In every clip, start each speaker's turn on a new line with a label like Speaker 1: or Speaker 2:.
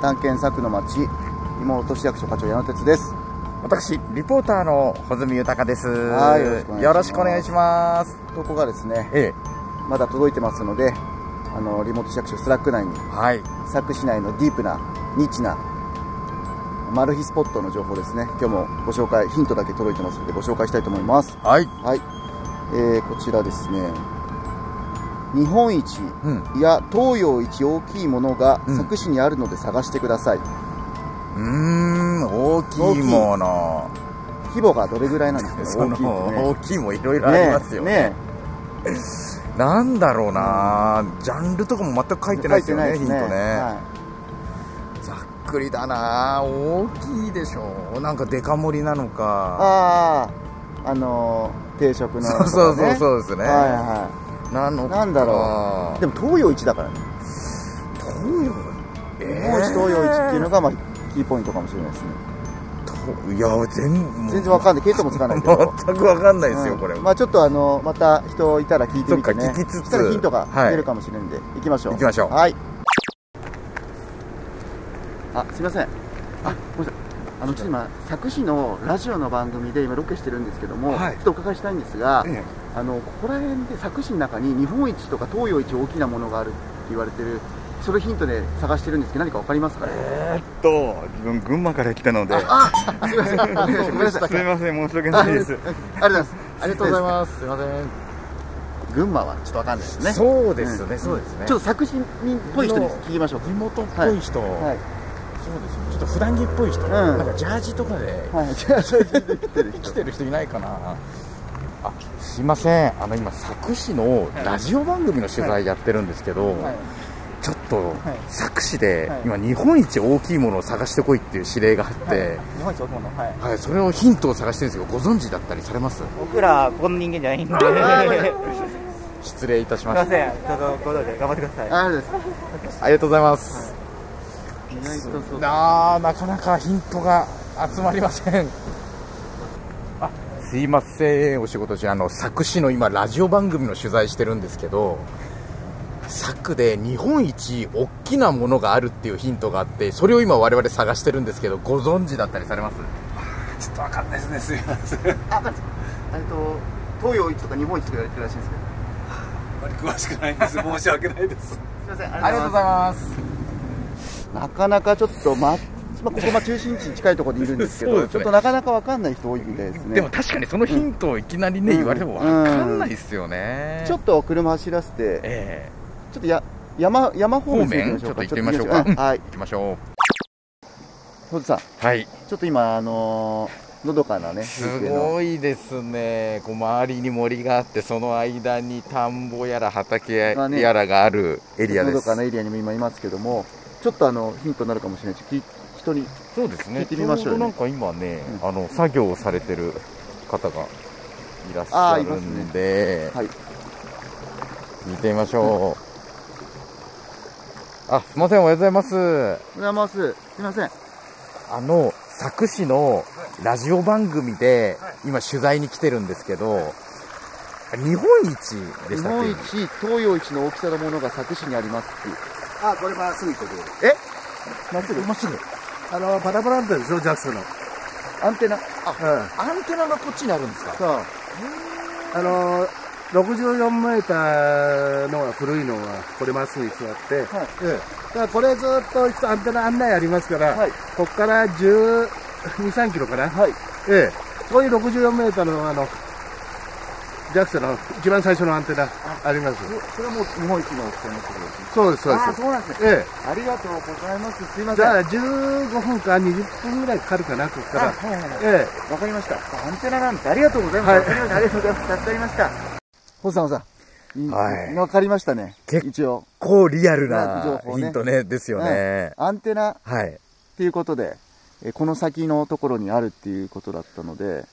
Speaker 1: 探検佐久の町妹市役所課長矢野哲です
Speaker 2: 私リポーターの穂積豊です
Speaker 1: はいよろしくお願いします
Speaker 2: よ
Speaker 1: 投
Speaker 2: ろしくお願いします
Speaker 1: 稿がですね
Speaker 2: え
Speaker 1: まだ届いてますのであのリモート市役所スラック内に
Speaker 2: えはい
Speaker 1: 佐久市内のディープなニッチなマル秘スポットの情報ですね今日もご紹介ヒントだけ届いてますのでご紹介したいと思います
Speaker 2: はい
Speaker 1: はい、えーこちらですね日本一
Speaker 2: うん
Speaker 1: いや東洋一大きいものが
Speaker 2: うん
Speaker 1: 佐久市にあるので探してください、
Speaker 2: うーん大きいもの
Speaker 1: 規模がどれぐらいなんですか
Speaker 2: そ
Speaker 1: ね
Speaker 2: の
Speaker 1: 大きいってね
Speaker 2: 大きいもいろいろありますよ、
Speaker 1: ね
Speaker 2: なんだろうな、ジャンルとかも全く書
Speaker 1: え
Speaker 2: いてないですよね
Speaker 1: 書
Speaker 2: ヒン
Speaker 1: て
Speaker 2: ト
Speaker 1: ない、
Speaker 2: ね
Speaker 1: はい
Speaker 2: ざっくりだな大きいでしょなんかデカ盛りなのか
Speaker 1: あああのー定食の、
Speaker 2: そうそうそう
Speaker 1: う
Speaker 2: そうですね、
Speaker 1: はいは
Speaker 2: なのか
Speaker 1: なんだろいでも東洋一だからね、
Speaker 2: 東洋え
Speaker 1: 日本一東洋一っていうのが、まあ、キーポイントかもしれないですね
Speaker 2: といや全
Speaker 1: 全然わかんない見当もつかないけど
Speaker 2: 全くわかんないですよ、
Speaker 1: うん
Speaker 2: これは
Speaker 1: まあちょっとあのまた人いたら聞いてみてね
Speaker 2: そっか聞きつつ
Speaker 1: したらヒントが
Speaker 2: はい
Speaker 1: 出るかもしれないんで、行きましょう
Speaker 2: 行きましょう
Speaker 1: はいあすいませんあごめんなさいあのちょっと今佐久市のラジオの番組で今ロケしてるんですけども、
Speaker 2: はい
Speaker 1: ちょっとお伺いしたいんですが、
Speaker 2: ええ
Speaker 1: あのここら辺で佐久市の中に日本一とか東洋一大きなものがあるって言われてるそれヒントで探してるんですけど何かわかりますかね、
Speaker 3: と自分群馬から来た ので
Speaker 1: ああすいませんごめんなさいごめんなさい
Speaker 3: すみません申し訳ないです
Speaker 1: ありがとうございます
Speaker 2: ありがとうございますすいませ
Speaker 1: す群馬はちょっとわかんないですね
Speaker 2: んそうです
Speaker 1: う
Speaker 2: ね、そうですね
Speaker 1: ちょっと作詞人っぽい人に聞きましょう
Speaker 4: 地元っぽい人、
Speaker 1: はい、
Speaker 4: そうですねちょっと普段着っぽい人、
Speaker 1: ん
Speaker 4: なんかジャージとかで
Speaker 1: はい、 じゃあ、それで来て
Speaker 4: 生
Speaker 1: る人
Speaker 4: き。てる人いないかな
Speaker 2: あすいませんあの今佐久市のラジオ番組の取材やってるんですけど、
Speaker 1: はい
Speaker 2: ちょっと
Speaker 1: い
Speaker 2: 佐久市で
Speaker 1: はい
Speaker 2: 今日本一大きいものを探してこいっていう指令があって、
Speaker 5: 日本一大きいもの、はい、
Speaker 2: はい、それをヒントを探してるんですけどご存知だったりされます
Speaker 5: 僕らここの人間じゃ ないんで、す
Speaker 2: 失礼いたし
Speaker 5: み
Speaker 2: ま
Speaker 5: ま
Speaker 2: した
Speaker 5: せん、ちょっとご同で頑張ってください。
Speaker 1: あれです。
Speaker 2: ありがとうございます、
Speaker 1: 意外とそう。
Speaker 2: なあなかなかヒントが集まりませんあすいませんお仕事中あの佐久市の今ラジオ番組の取材してるんですけど佐久で日本一大きなものがあるっていうヒントがあってそれを今我々探してるんですけどご存知だったりされます
Speaker 3: ちょっとわかんないですねすみません
Speaker 1: あ、まず、えっと、東洋一とか日本一とか言われてるらしいんですけど。
Speaker 3: 詳しくない です申し訳ないです
Speaker 1: すみません、あり
Speaker 2: ありがとうございます
Speaker 1: す。なかなかちょっと、ま、まあ、ここまあ中心地に近いところにいるんですけど、
Speaker 2: そうですね
Speaker 1: ちょっとなかなかわかんない人多いみたいですね。
Speaker 2: でも確かにそのヒントをいきなりね、
Speaker 1: うん
Speaker 2: 言われてもわかんないですよね、
Speaker 1: ちょっと車走らせて、
Speaker 2: え
Speaker 1: ちょっとや、山、山方
Speaker 2: え方
Speaker 1: 面行っ
Speaker 2: 面
Speaker 1: て
Speaker 2: ちょっと
Speaker 1: み
Speaker 2: 行ってみましょうか、
Speaker 1: ちょっと行きましょうかはい
Speaker 2: 行、きましょ
Speaker 1: ホズさん、
Speaker 2: うはい
Speaker 1: ちょっと今、あのー、のどかなね、
Speaker 2: す
Speaker 1: 風景の
Speaker 2: ごいですね、こう周りに森があって、その間に田んぼやら畑や,、
Speaker 1: がね
Speaker 2: らがあるエリア
Speaker 1: の
Speaker 2: で
Speaker 1: ど
Speaker 2: す
Speaker 1: か。なエリアにも今いますけども、ちょっとあの、ヒントになるかもしれないし、き人に
Speaker 2: そうです
Speaker 1: 聞いてみましょうよ
Speaker 2: ち
Speaker 1: ね
Speaker 2: どなんか今ね、あの作業をされてる方がいらっし
Speaker 1: あ
Speaker 2: ゃ
Speaker 1: ーい
Speaker 2: る
Speaker 1: ますね
Speaker 2: んで、
Speaker 1: はい
Speaker 2: 見てみましょう。あ、すみません、おはようございます。
Speaker 1: おはようございます。すみません。
Speaker 2: あの佐久市のラジオ番組で今取材に来てるんですけど、日本一で
Speaker 1: 日
Speaker 2: したっ
Speaker 1: 本
Speaker 2: け
Speaker 1: 一、東洋一の大きさのものが佐久市にありますっていう。あ、これまっすぐ行こう。えまっすぐ
Speaker 6: まっすぐ。あの、パラパラってでしょ、ジャックスの。
Speaker 1: アンテナ。あ、
Speaker 6: うん。
Speaker 2: アンテナがこっちにあるんですか
Speaker 1: そう。
Speaker 6: あの、64メーターのが古いのは、これまっすぐに座って、
Speaker 1: はい
Speaker 6: うん。だからこれずっと一応アンテナ案内ありますから、
Speaker 1: はい
Speaker 6: こっから12、3キロかな。
Speaker 1: はい。
Speaker 6: ええ。こういう64メーターの、あの、ジャックスの一番最初のアンテナあります。
Speaker 1: それはもう日本一の大きさのところですね。
Speaker 6: そうです、そうで
Speaker 1: あ、
Speaker 6: す。
Speaker 1: そうなんですね。
Speaker 6: え
Speaker 1: ありがとうございます。すい
Speaker 6: え。
Speaker 1: ま
Speaker 6: じ
Speaker 1: せん。
Speaker 6: ゃ
Speaker 1: あ、
Speaker 6: あ15分か20分ぐらいかかるかな、こっから。
Speaker 1: はいはいはい。
Speaker 6: ええ。
Speaker 1: わかりました。アンテナなんです。ありがとうございます。
Speaker 6: はい
Speaker 1: わかりましたありがとうございます。助かりました。ホさん、ホさん。
Speaker 2: はい
Speaker 1: わかりましたね。
Speaker 2: 結
Speaker 1: 一応。
Speaker 2: こうリアル
Speaker 1: な情
Speaker 2: な
Speaker 1: 報
Speaker 2: ヒ
Speaker 1: ね
Speaker 2: ントねですよね。
Speaker 1: アンテナっ
Speaker 2: はい。
Speaker 1: ていうことで、えこの先のところにあるっていうことだったので、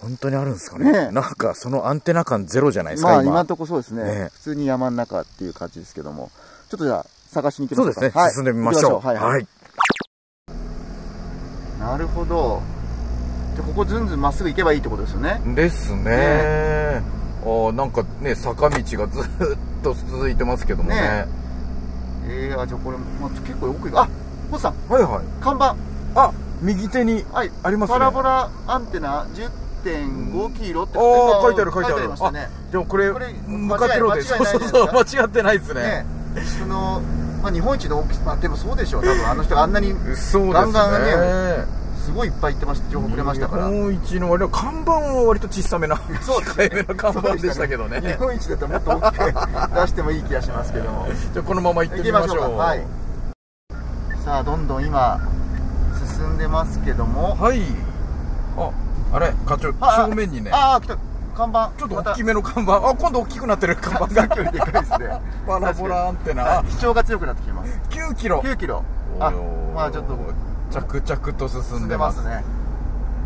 Speaker 2: 本当にあるんですか
Speaker 1: ね
Speaker 2: ね。なんかそのアンテナ感ゼロじゃないです
Speaker 1: ま
Speaker 2: か、
Speaker 1: あ今
Speaker 2: 今
Speaker 1: の。とこそうですね
Speaker 2: ね
Speaker 1: 普通に山の中っていう感じですけどもちょっとじゃあ探しに行き
Speaker 2: そう
Speaker 1: ま
Speaker 2: ですす
Speaker 1: か
Speaker 2: ね。進んでみましょ
Speaker 1: 行
Speaker 2: う。
Speaker 1: きはい、は
Speaker 2: はいい。
Speaker 1: なるほどじゃあここずんずんまっすぐ行けばいいってことですよね
Speaker 2: ですね。あーなんかね、坂道がずっと続いてますけどもね。
Speaker 1: ねえー、あじゃあこれ、まあ、結構奥行くあ星さん
Speaker 2: はいはい
Speaker 1: 看板
Speaker 2: あ右手に
Speaker 1: はい
Speaker 2: あります
Speaker 1: パ
Speaker 2: ね
Speaker 1: ラボラアンテナ10.5キロって
Speaker 2: ああ書いてある書いてある
Speaker 1: ましたね
Speaker 2: でもこれ
Speaker 1: これ
Speaker 2: 向かってるわけ
Speaker 1: 間違
Speaker 2: そう
Speaker 1: いない
Speaker 2: そ
Speaker 1: じゃないですか
Speaker 2: うそう間違ってないですね
Speaker 1: ねそのまあ日本一の大きさまあでもそうでしょう多分あの人があんなに
Speaker 2: そうですね
Speaker 1: ガンガンねすごいいっぱい行ってました情報くれましたから
Speaker 2: 日本一の割には看板は割と小さめな
Speaker 1: そうですね
Speaker 2: 控えめな看板でしたけどね
Speaker 1: 日本一だったらもっと大きく出してもいい気がしますけども
Speaker 2: じゃあこのまま行ってみましょう
Speaker 1: かはいさあどんどん今進んでますけども
Speaker 2: はいああれ課長
Speaker 1: あ
Speaker 2: 正面にね
Speaker 1: ああ来た看板
Speaker 2: ちょっと
Speaker 1: ま
Speaker 2: 大
Speaker 1: た
Speaker 2: きめの看板あ今度大きくなってる看板
Speaker 1: さっ
Speaker 2: が
Speaker 1: きよりでかいですね
Speaker 2: パラボラアン テナあ
Speaker 1: 主張が強くなってきてます
Speaker 2: 9キロ
Speaker 1: 9キロあ
Speaker 2: おー
Speaker 1: まあちょっと
Speaker 2: 着々と進
Speaker 1: 進
Speaker 2: ん
Speaker 1: ん
Speaker 2: で
Speaker 1: で
Speaker 2: ま
Speaker 1: ますすね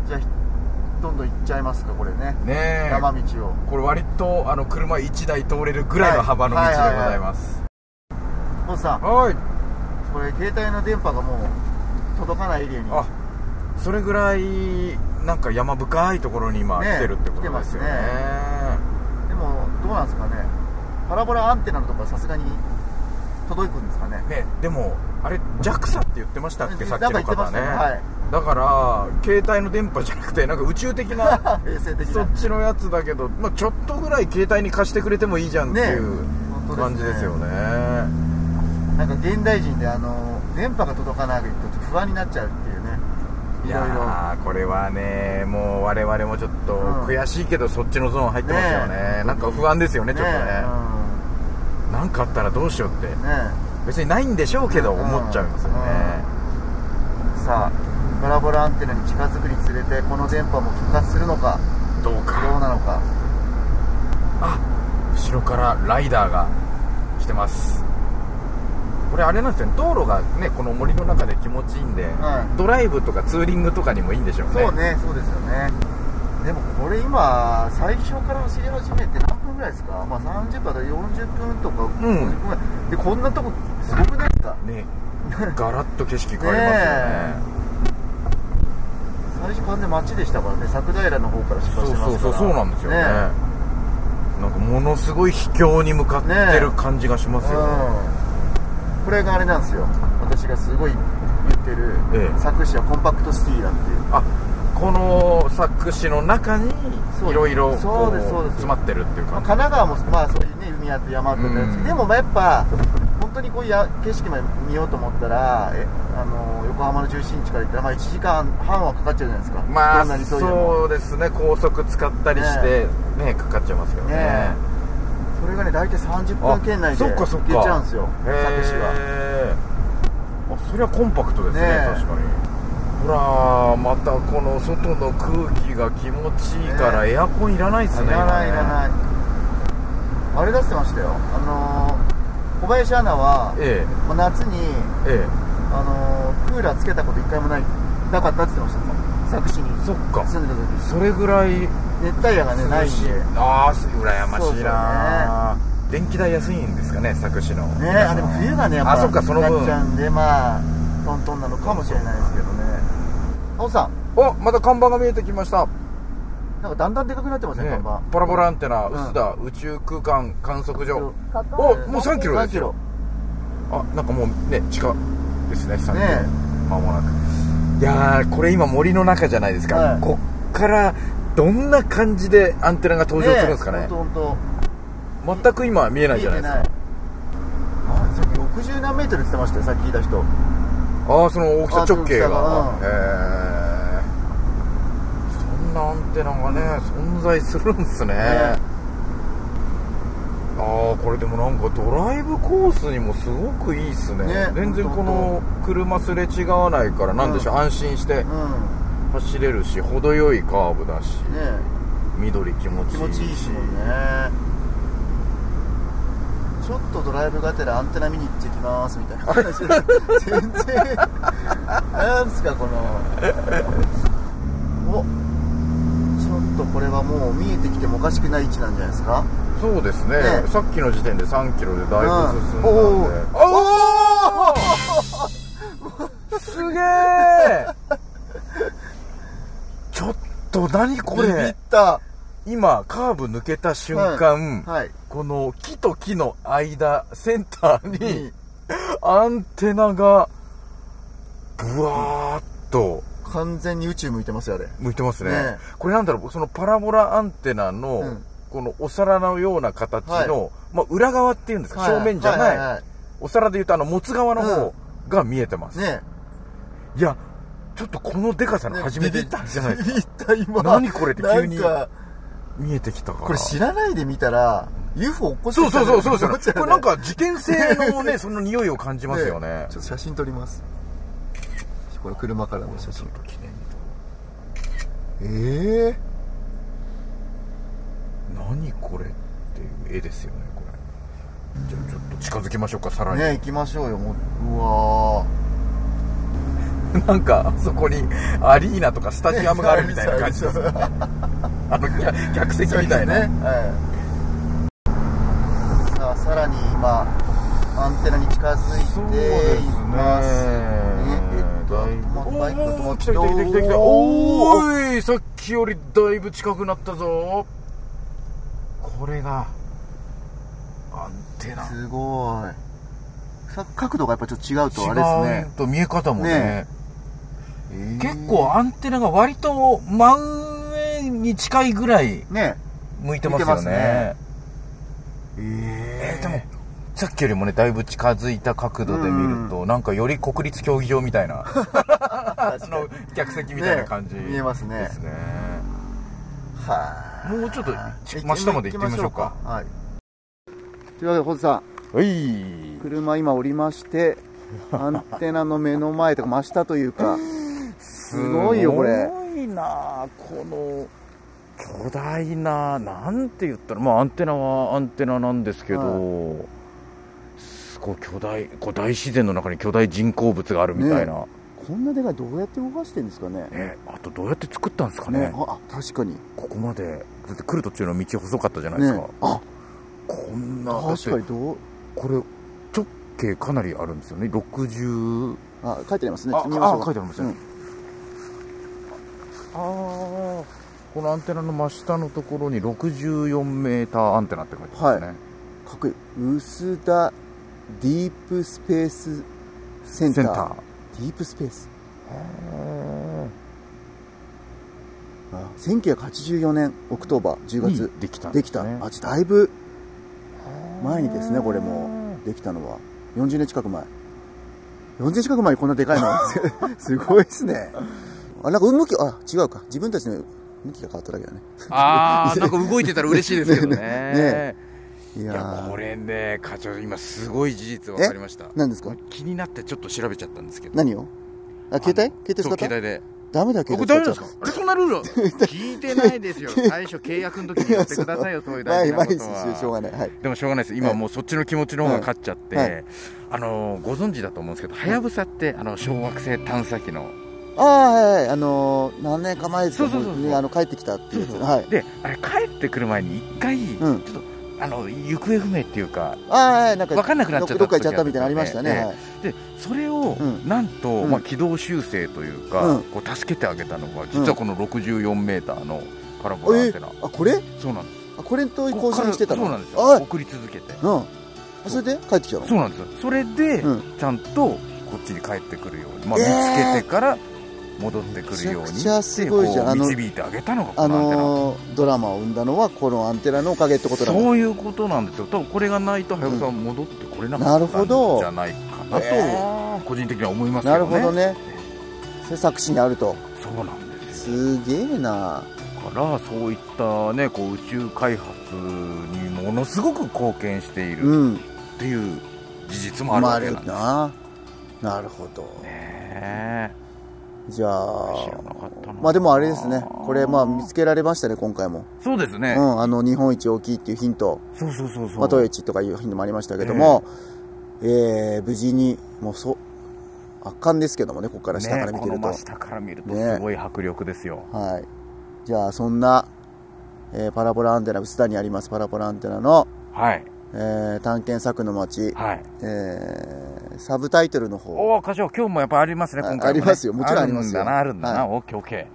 Speaker 1: じゃあどんどん行っちゃいますかこれね
Speaker 2: ねえ
Speaker 1: 山道を
Speaker 2: これ割とあの車1台通れるぐらいの幅の道でございます
Speaker 1: 本さん
Speaker 2: はい
Speaker 1: これ携帯の電波がもう届かないエリアに
Speaker 2: あそれぐらいなんか山深いところに今
Speaker 1: ね
Speaker 2: 来てるってことですよね
Speaker 1: 来てでもどうなんですかねパラボラアンテナのとこはさすがに届くんですかね
Speaker 2: ねでもあれ JAXA って言ってましたっけさっきの
Speaker 1: なんか言ってま
Speaker 2: 方
Speaker 1: し
Speaker 2: ね
Speaker 1: たねはい
Speaker 2: だから携帯の電波じゃなくてなんか宇宙的な
Speaker 1: 衛生的
Speaker 2: そ
Speaker 1: な
Speaker 2: っちのやつだけど、まあ、ちょっとぐらい携帯に貸してくれてもいいじゃんっていう
Speaker 1: 本当
Speaker 2: 感じですよね
Speaker 1: なんか現代人であの電波が届かないと不安になっちゃうっていうね
Speaker 2: い
Speaker 1: いろいろ
Speaker 2: やーこれはねもう我々もちょっと
Speaker 1: うん
Speaker 2: 悔しいけどそっちのゾーン入ってますよ
Speaker 1: ね
Speaker 2: ね
Speaker 1: え
Speaker 2: なんか不安ですよねちょっとねなんかあったらどうしようって
Speaker 1: うんね
Speaker 2: 別にないんでしょうけど
Speaker 1: うん
Speaker 2: 思っちゃいますよね、
Speaker 1: えさあパラボラアンテナに近づくにつれてこの電波も復活するのか
Speaker 2: どう
Speaker 1: どう
Speaker 2: か
Speaker 1: なのか
Speaker 2: あ後ろからライダーが来てますこれあれなんですよね道路がねこの森の中で気持ちいいんで、
Speaker 1: ん
Speaker 2: ドライブとかツーリングとかにもいいんでしょうね
Speaker 1: そうねそうですよねでもこれ今最初から走り始めて何分ぐらいですかまあ30分だから40分とか50
Speaker 2: ん
Speaker 1: 分ぐらい、でこんなとこすごくないですか
Speaker 2: ねガラッと景色変わりますよね
Speaker 1: 最初完全街でしたからね桜平の方から出発
Speaker 2: そう
Speaker 1: してま
Speaker 2: そう
Speaker 1: す
Speaker 2: そ
Speaker 1: から
Speaker 2: うそうなんですよねなんかものすごい秘境に向かってる感じがしますよね
Speaker 1: うん、これがあれなんですよ私がすごい言ってる、
Speaker 2: ええ
Speaker 1: 作詞はコンパクトシティだっていう
Speaker 2: あこの作詞の中に
Speaker 1: そう
Speaker 2: いろいろこ
Speaker 1: そうですそうです
Speaker 2: 詰まってるっていう
Speaker 1: まあ
Speaker 2: か
Speaker 1: 神奈川もまあそういうね海あって山あってなんですけ
Speaker 2: うん
Speaker 1: どでもまあやっぱ本当にこういうや景色まで見ようと思ったらえあの横浜の中心地から行ったらまあ1時間半はかかっちゃうじゃないですか
Speaker 2: ま
Speaker 1: どんな
Speaker 2: あ
Speaker 1: に急いでも
Speaker 2: そうですね高速使ったりしてねかかっちゃいますけどね
Speaker 1: ねそれがね大体30
Speaker 2: あ
Speaker 1: 分圏内で
Speaker 2: そっ
Speaker 1: 行
Speaker 2: かそっか
Speaker 1: けちゃうんですよ
Speaker 2: へー
Speaker 1: 作詞は
Speaker 2: あそりゃコンパクトですね
Speaker 1: ねえ
Speaker 2: 確かにほらまたこの外の空気が気持ちいいから、
Speaker 1: ね
Speaker 2: エアコンいらないですね
Speaker 1: いらないいら
Speaker 2: い
Speaker 1: ないあれ出してましたよあのー小林アナは
Speaker 2: え
Speaker 1: もう夏に
Speaker 2: ええ
Speaker 1: あのークーラーつけたこと一回もないなかったって言ってました作詞に
Speaker 2: えそっか
Speaker 1: 住んでた時
Speaker 2: それぐらい
Speaker 1: 熱帯夜がねないんで
Speaker 2: ああ羨ましいな
Speaker 1: そうそうね
Speaker 2: 電気代安いんですかね作詞の
Speaker 1: ねあでも冬がねやっぱ
Speaker 2: あそっかその分
Speaker 1: なっちゃうんでまあトントンなのかもしれないですけどね青さん
Speaker 2: おまた看板が見えてきました、ね
Speaker 1: なんかだんだんでかくなってません、看板
Speaker 2: パラボラアンテナ
Speaker 1: うん
Speaker 2: 臼田、宇宙空間観測所お
Speaker 1: お
Speaker 2: もう3キロ
Speaker 1: 3
Speaker 2: です
Speaker 1: キ
Speaker 2: よ
Speaker 1: ロ
Speaker 2: あなんかもうね近ですね3キロ
Speaker 1: ね
Speaker 2: 間もなくいやーこれ今森の中じゃないですか、
Speaker 1: はい
Speaker 2: こっからどんな感じでアンテナが登場するんですかね
Speaker 1: 本当本当
Speaker 2: 全く今見えない
Speaker 1: 見
Speaker 2: じ
Speaker 1: え
Speaker 2: ゃな
Speaker 1: て
Speaker 2: いです
Speaker 1: な
Speaker 2: か
Speaker 1: いあさっき60何メートルって言ってましたよさっき聞いた人
Speaker 2: ああその大きさ直径が
Speaker 1: あ大きさ
Speaker 2: へえそんなアンテナがね存在するんですねああこれでもなんかドライブコースにもすごくいいっすね
Speaker 1: ね
Speaker 2: 全然この車すれ違わないからなんでしょう、安心して
Speaker 1: うん
Speaker 2: 走れるし程よいカーブだし
Speaker 1: ね
Speaker 2: 緑気持ちい
Speaker 1: 気
Speaker 2: い
Speaker 1: 持ちいいしもんねちょっとドライブがてらアンテナ見に行ってきますみたいな話全然なんすかこのおちょっとこれはもう見えてきてもおかしくない位置なんじゃないですか
Speaker 2: そうですね
Speaker 1: ね
Speaker 2: さっきの時点で3キロでだいぶ進んだん
Speaker 1: う
Speaker 2: で、
Speaker 1: んおー
Speaker 2: おおすげえちょっと何こ
Speaker 1: ビビっ
Speaker 2: れ
Speaker 1: た
Speaker 2: 今カーブ抜けた瞬間、
Speaker 1: はい
Speaker 2: この木と木の間センターに
Speaker 1: に
Speaker 2: アンテナがぶわーっと
Speaker 1: 完全に宇宙向いてますよあれ
Speaker 2: 向いてますね
Speaker 1: ね
Speaker 2: これなんだろうそのパラボラアンテナの、
Speaker 1: うん
Speaker 2: このお皿のような形の、
Speaker 1: は
Speaker 2: まあ、裏側っていうんですか、正面じゃない,、
Speaker 1: はいはいは
Speaker 2: お皿でいうとあの持つ側の方が見えてます、
Speaker 1: いね
Speaker 2: いやちょっとこのでかさの
Speaker 1: ね
Speaker 2: 初めて見たじゃないですか
Speaker 1: ビビった今
Speaker 2: 何これって急に
Speaker 1: なんか
Speaker 2: 見えてきたから
Speaker 1: これ知らないで見たら UFO 落っこち
Speaker 2: そう
Speaker 1: てきた
Speaker 2: そ
Speaker 1: ん
Speaker 2: う
Speaker 1: じゃない
Speaker 2: そうそうそう、
Speaker 1: 思っちゃ
Speaker 2: これ
Speaker 1: ね
Speaker 2: なんか事件性のね その匂いを感じますよね
Speaker 1: ちょっと写真撮りますこれ車からの写真ええ
Speaker 2: 何これっていう絵ですよねこれじゃあちょっと近づきましょうかさらに、
Speaker 1: ね行きましょうよもう
Speaker 2: なんかあそこにアリーナとかスタジアムがあるみたいな感じです
Speaker 1: ね
Speaker 2: よねあの客客席
Speaker 1: うわー
Speaker 2: みたいな、
Speaker 1: はいさあさらに今アンテナに近づいていますねえっともうバイクとも
Speaker 2: 来た来た来た来た来たおーいさっきよりだいぶ近くなったぞこれがアンテナ
Speaker 1: すごいさ角度がやっぱちょっと違うとあれ
Speaker 2: 違
Speaker 1: で
Speaker 2: うと見え方もね
Speaker 1: ねすね
Speaker 2: 結構アンテナが割と真上に近いぐらい
Speaker 1: ね
Speaker 2: 向いてますよ
Speaker 1: 向いてます
Speaker 2: ね
Speaker 1: ね
Speaker 2: えーでもさっきよりもねだいぶ近づいた角度で見ると、なんかより国立競技場みた いなあの客席みたいな感じ
Speaker 1: ね見えますね
Speaker 2: ですね
Speaker 1: は
Speaker 2: もうちょっとち真下まで行ってみましょうか
Speaker 1: はいというわけでホズさん
Speaker 2: はい
Speaker 1: 車今降りま してアンテナの目の前とか真下というかすごいよこれ
Speaker 2: すごいなあこの巨大ななんて言ったらまあアンテナはアンテナなんですけど、すごい巨大こう大自然の中に巨大人工物があるみたいな、
Speaker 1: こんなでかいどうやって動かしてんですかね
Speaker 2: ねあとどうやって作ったんですかね
Speaker 1: ねあ確かに
Speaker 2: ここまでだって来る途中の道細かったじゃないですか、
Speaker 1: ねあ
Speaker 2: こんなだっ
Speaker 1: 確
Speaker 2: て
Speaker 1: かにどう
Speaker 2: これ直径かなりあるんですよね60
Speaker 1: あ書いてありますね
Speaker 2: あ
Speaker 1: 見ましょう
Speaker 2: あ書いてありますねああこのアンテナの真下のところに 64m アンテナって書いてますね、
Speaker 1: うん、かっこいい薄田ディープスペースセンタ
Speaker 2: セ
Speaker 1: ー
Speaker 2: ンター
Speaker 1: ディープスペースあ1984年オクトーバー10月、
Speaker 2: にできたん
Speaker 1: ですきた、
Speaker 2: ね
Speaker 1: あだいぶ前にですねこれもうできたのは40年近く前40年近く前にこんなでかいの すごいですねあなんか向きあ違うか自分たちの向きが変わっただけだね
Speaker 2: ああなんか動いてたら嬉しいですけどね
Speaker 1: ねい
Speaker 2: い
Speaker 1: や
Speaker 2: や
Speaker 1: ー
Speaker 2: これね課長今すごい事実分かりました
Speaker 1: 何ですか
Speaker 2: 気になってちょっと調べちゃったんですけど
Speaker 1: 何をあ携帯携帯使
Speaker 2: そう
Speaker 1: った
Speaker 2: 携帯で
Speaker 1: ダメだ携帯
Speaker 2: 僕
Speaker 1: 使
Speaker 2: ダ
Speaker 1: っち
Speaker 2: メな
Speaker 1: ゃ
Speaker 2: ん ですかあれそんなルール聞いてないですよ最初契約の時にやってくださいよそういう大事な
Speaker 1: 毎
Speaker 2: こ
Speaker 1: 日
Speaker 2: と
Speaker 1: しょう
Speaker 2: は
Speaker 1: がない はい
Speaker 2: でもしょうがないです今
Speaker 1: はい
Speaker 2: もうそっちの気持ちの方が勝っちゃって、
Speaker 1: はい
Speaker 2: あのーご存知だと思うんですけどはやぶさってあの小惑星探査機の
Speaker 1: ああはいはいあのー何年か前ですけ
Speaker 2: そうそう
Speaker 1: ど
Speaker 2: そうそう
Speaker 1: ねあの帰ってきたっていうやつはい
Speaker 2: であれ帰ってくる前に一回、
Speaker 1: ん
Speaker 2: ちょっとあの行方不明っていうか
Speaker 1: ああはいなんか
Speaker 2: 分かんなくなっちゃった
Speaker 1: どっか行っちゃったみたいなのありましたね
Speaker 2: ええ
Speaker 1: はい
Speaker 2: でそれを、
Speaker 1: うん
Speaker 2: なんと、
Speaker 1: うん
Speaker 2: まあ、軌道修正というか、
Speaker 1: うん
Speaker 2: こう助けてあげたのが実はこの 64m のパラボラアンテナ、
Speaker 1: あこれ
Speaker 2: そうなんです
Speaker 1: あこれと交
Speaker 2: こっから
Speaker 1: 信してたの
Speaker 2: そうなんですよ
Speaker 1: あ
Speaker 2: 送り続けて
Speaker 1: うんあそれで帰ってきたの
Speaker 2: そうなんですよそれで、
Speaker 1: う
Speaker 2: ちゃんとこっちに帰ってくるように、まあ、見
Speaker 1: えー
Speaker 2: つけてから戻ってくるように
Speaker 1: めちゃくちゃすごいじゃん
Speaker 2: こう
Speaker 1: あの
Speaker 2: 導いてあげたのがこ
Speaker 1: あ
Speaker 2: のアンテナ、
Speaker 1: のードラマを生んだのはこのアンテナのおかげってことだもん
Speaker 2: そういうことなんですよ多分これがないと早くさん戻ってこれなか
Speaker 1: な
Speaker 2: った
Speaker 1: る
Speaker 2: ん
Speaker 1: ほど
Speaker 2: じゃないかなと
Speaker 1: え
Speaker 2: 個人的には思い
Speaker 1: ー
Speaker 2: ますけど
Speaker 1: な
Speaker 2: ね
Speaker 1: るほどねそれ作詞にあると
Speaker 2: そうなんですよ
Speaker 1: すげえな
Speaker 2: だからそういったねこう宇宙開発にものすごく貢献している
Speaker 1: うん
Speaker 2: っていう事実もあるわ
Speaker 1: 回
Speaker 2: け
Speaker 1: る
Speaker 2: なんです
Speaker 1: ななるほど
Speaker 2: ね
Speaker 1: じゃ
Speaker 2: 知らな
Speaker 1: あ
Speaker 2: かったな
Speaker 1: まあでもあれですねこれまあ見つけられましたね今回も
Speaker 2: そうです
Speaker 1: う
Speaker 2: ね、
Speaker 1: んあの日本一大きいっていうヒント
Speaker 2: そうそうそうそう
Speaker 1: まあ、トヨチとかいうヒントもありましたけども、えー無事に、もうそ圧巻ですけどもね、ここから下から見てると。
Speaker 2: ね、この真下から見ると
Speaker 1: ね
Speaker 2: すごい迫力ですよ、
Speaker 1: はい、じゃあ、そんな、えーパラボラアンテナ、薄田にありますパラボラアンテナの、
Speaker 2: はい
Speaker 1: えー探検作の街、
Speaker 2: はい
Speaker 1: えーサブタイトルの方
Speaker 2: おお課長今日もやっぱありますね
Speaker 1: あ
Speaker 2: 今回もね
Speaker 1: ありますよもちろんありますよ
Speaker 2: あるんだなある
Speaker 1: は
Speaker 2: んだな、オッケーオッケ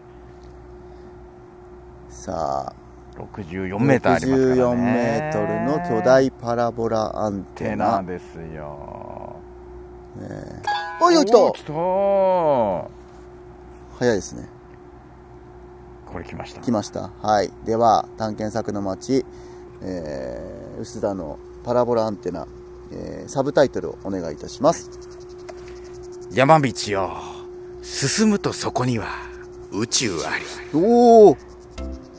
Speaker 1: さあ、
Speaker 2: ー64メーターありますから
Speaker 1: 64
Speaker 2: ね
Speaker 1: メートルの巨大パラボラアン
Speaker 2: テ
Speaker 1: テナ、
Speaker 2: ナですよ
Speaker 1: おいおい来
Speaker 2: おー
Speaker 1: た
Speaker 2: 来たー
Speaker 1: 早いですね
Speaker 3: これ来ました
Speaker 1: 来ましたはいでは探検作の街えー、薄田のパラボラアンテナ、えーサブタイトルをお願いいたします
Speaker 2: 山道よ進むとそこには宇宙あり
Speaker 1: おお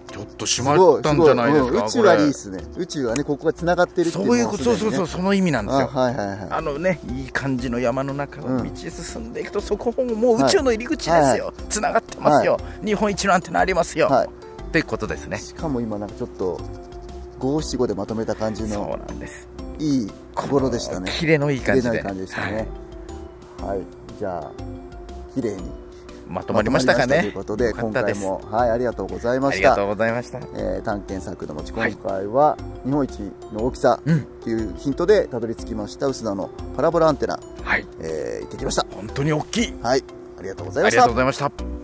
Speaker 2: ちょっとしまったんじゃないですか
Speaker 1: 宇宙はいい
Speaker 2: こ
Speaker 1: っすね宇宙はねここがつながってる
Speaker 2: れ
Speaker 1: ってい
Speaker 2: そうういうことそうそうそううその意味なんです
Speaker 1: あ
Speaker 2: よ
Speaker 1: はいはいはい
Speaker 2: あのね、いい感じの山の中
Speaker 1: う
Speaker 2: の
Speaker 1: ん
Speaker 2: 道へ進んでいくと、そこももう宇宙の入り口ですよ、つながってますよ、日本一のアンテナありますよ、
Speaker 1: はい
Speaker 2: ってことですね、
Speaker 1: しかも今なんかちょっと五七五でまとめた感じ
Speaker 2: そう
Speaker 1: の
Speaker 2: なんです、
Speaker 1: いい語呂でしたね
Speaker 2: キレのいい感じ
Speaker 1: 出な
Speaker 2: で、
Speaker 1: い感じでした
Speaker 2: はい
Speaker 1: ねはい、じゃあ綺麗に
Speaker 2: まとまりましたか
Speaker 1: という
Speaker 2: ね、
Speaker 1: ことで
Speaker 2: よか
Speaker 1: 今
Speaker 2: った
Speaker 1: 回
Speaker 2: です
Speaker 1: もはいありがとうございま
Speaker 2: あ
Speaker 1: し
Speaker 2: りがと
Speaker 1: た
Speaker 2: うございました、
Speaker 1: えー探検作の持ち今回は日本一の大きさ
Speaker 2: うん
Speaker 1: っていうヒントでたどり着きました臼田のパラボラアンテナ、
Speaker 2: はい、
Speaker 1: えー行ってきました
Speaker 2: 本当に大きい、
Speaker 1: はいありがとうござい
Speaker 2: あ
Speaker 1: まし
Speaker 2: りが
Speaker 1: た
Speaker 2: とうございました。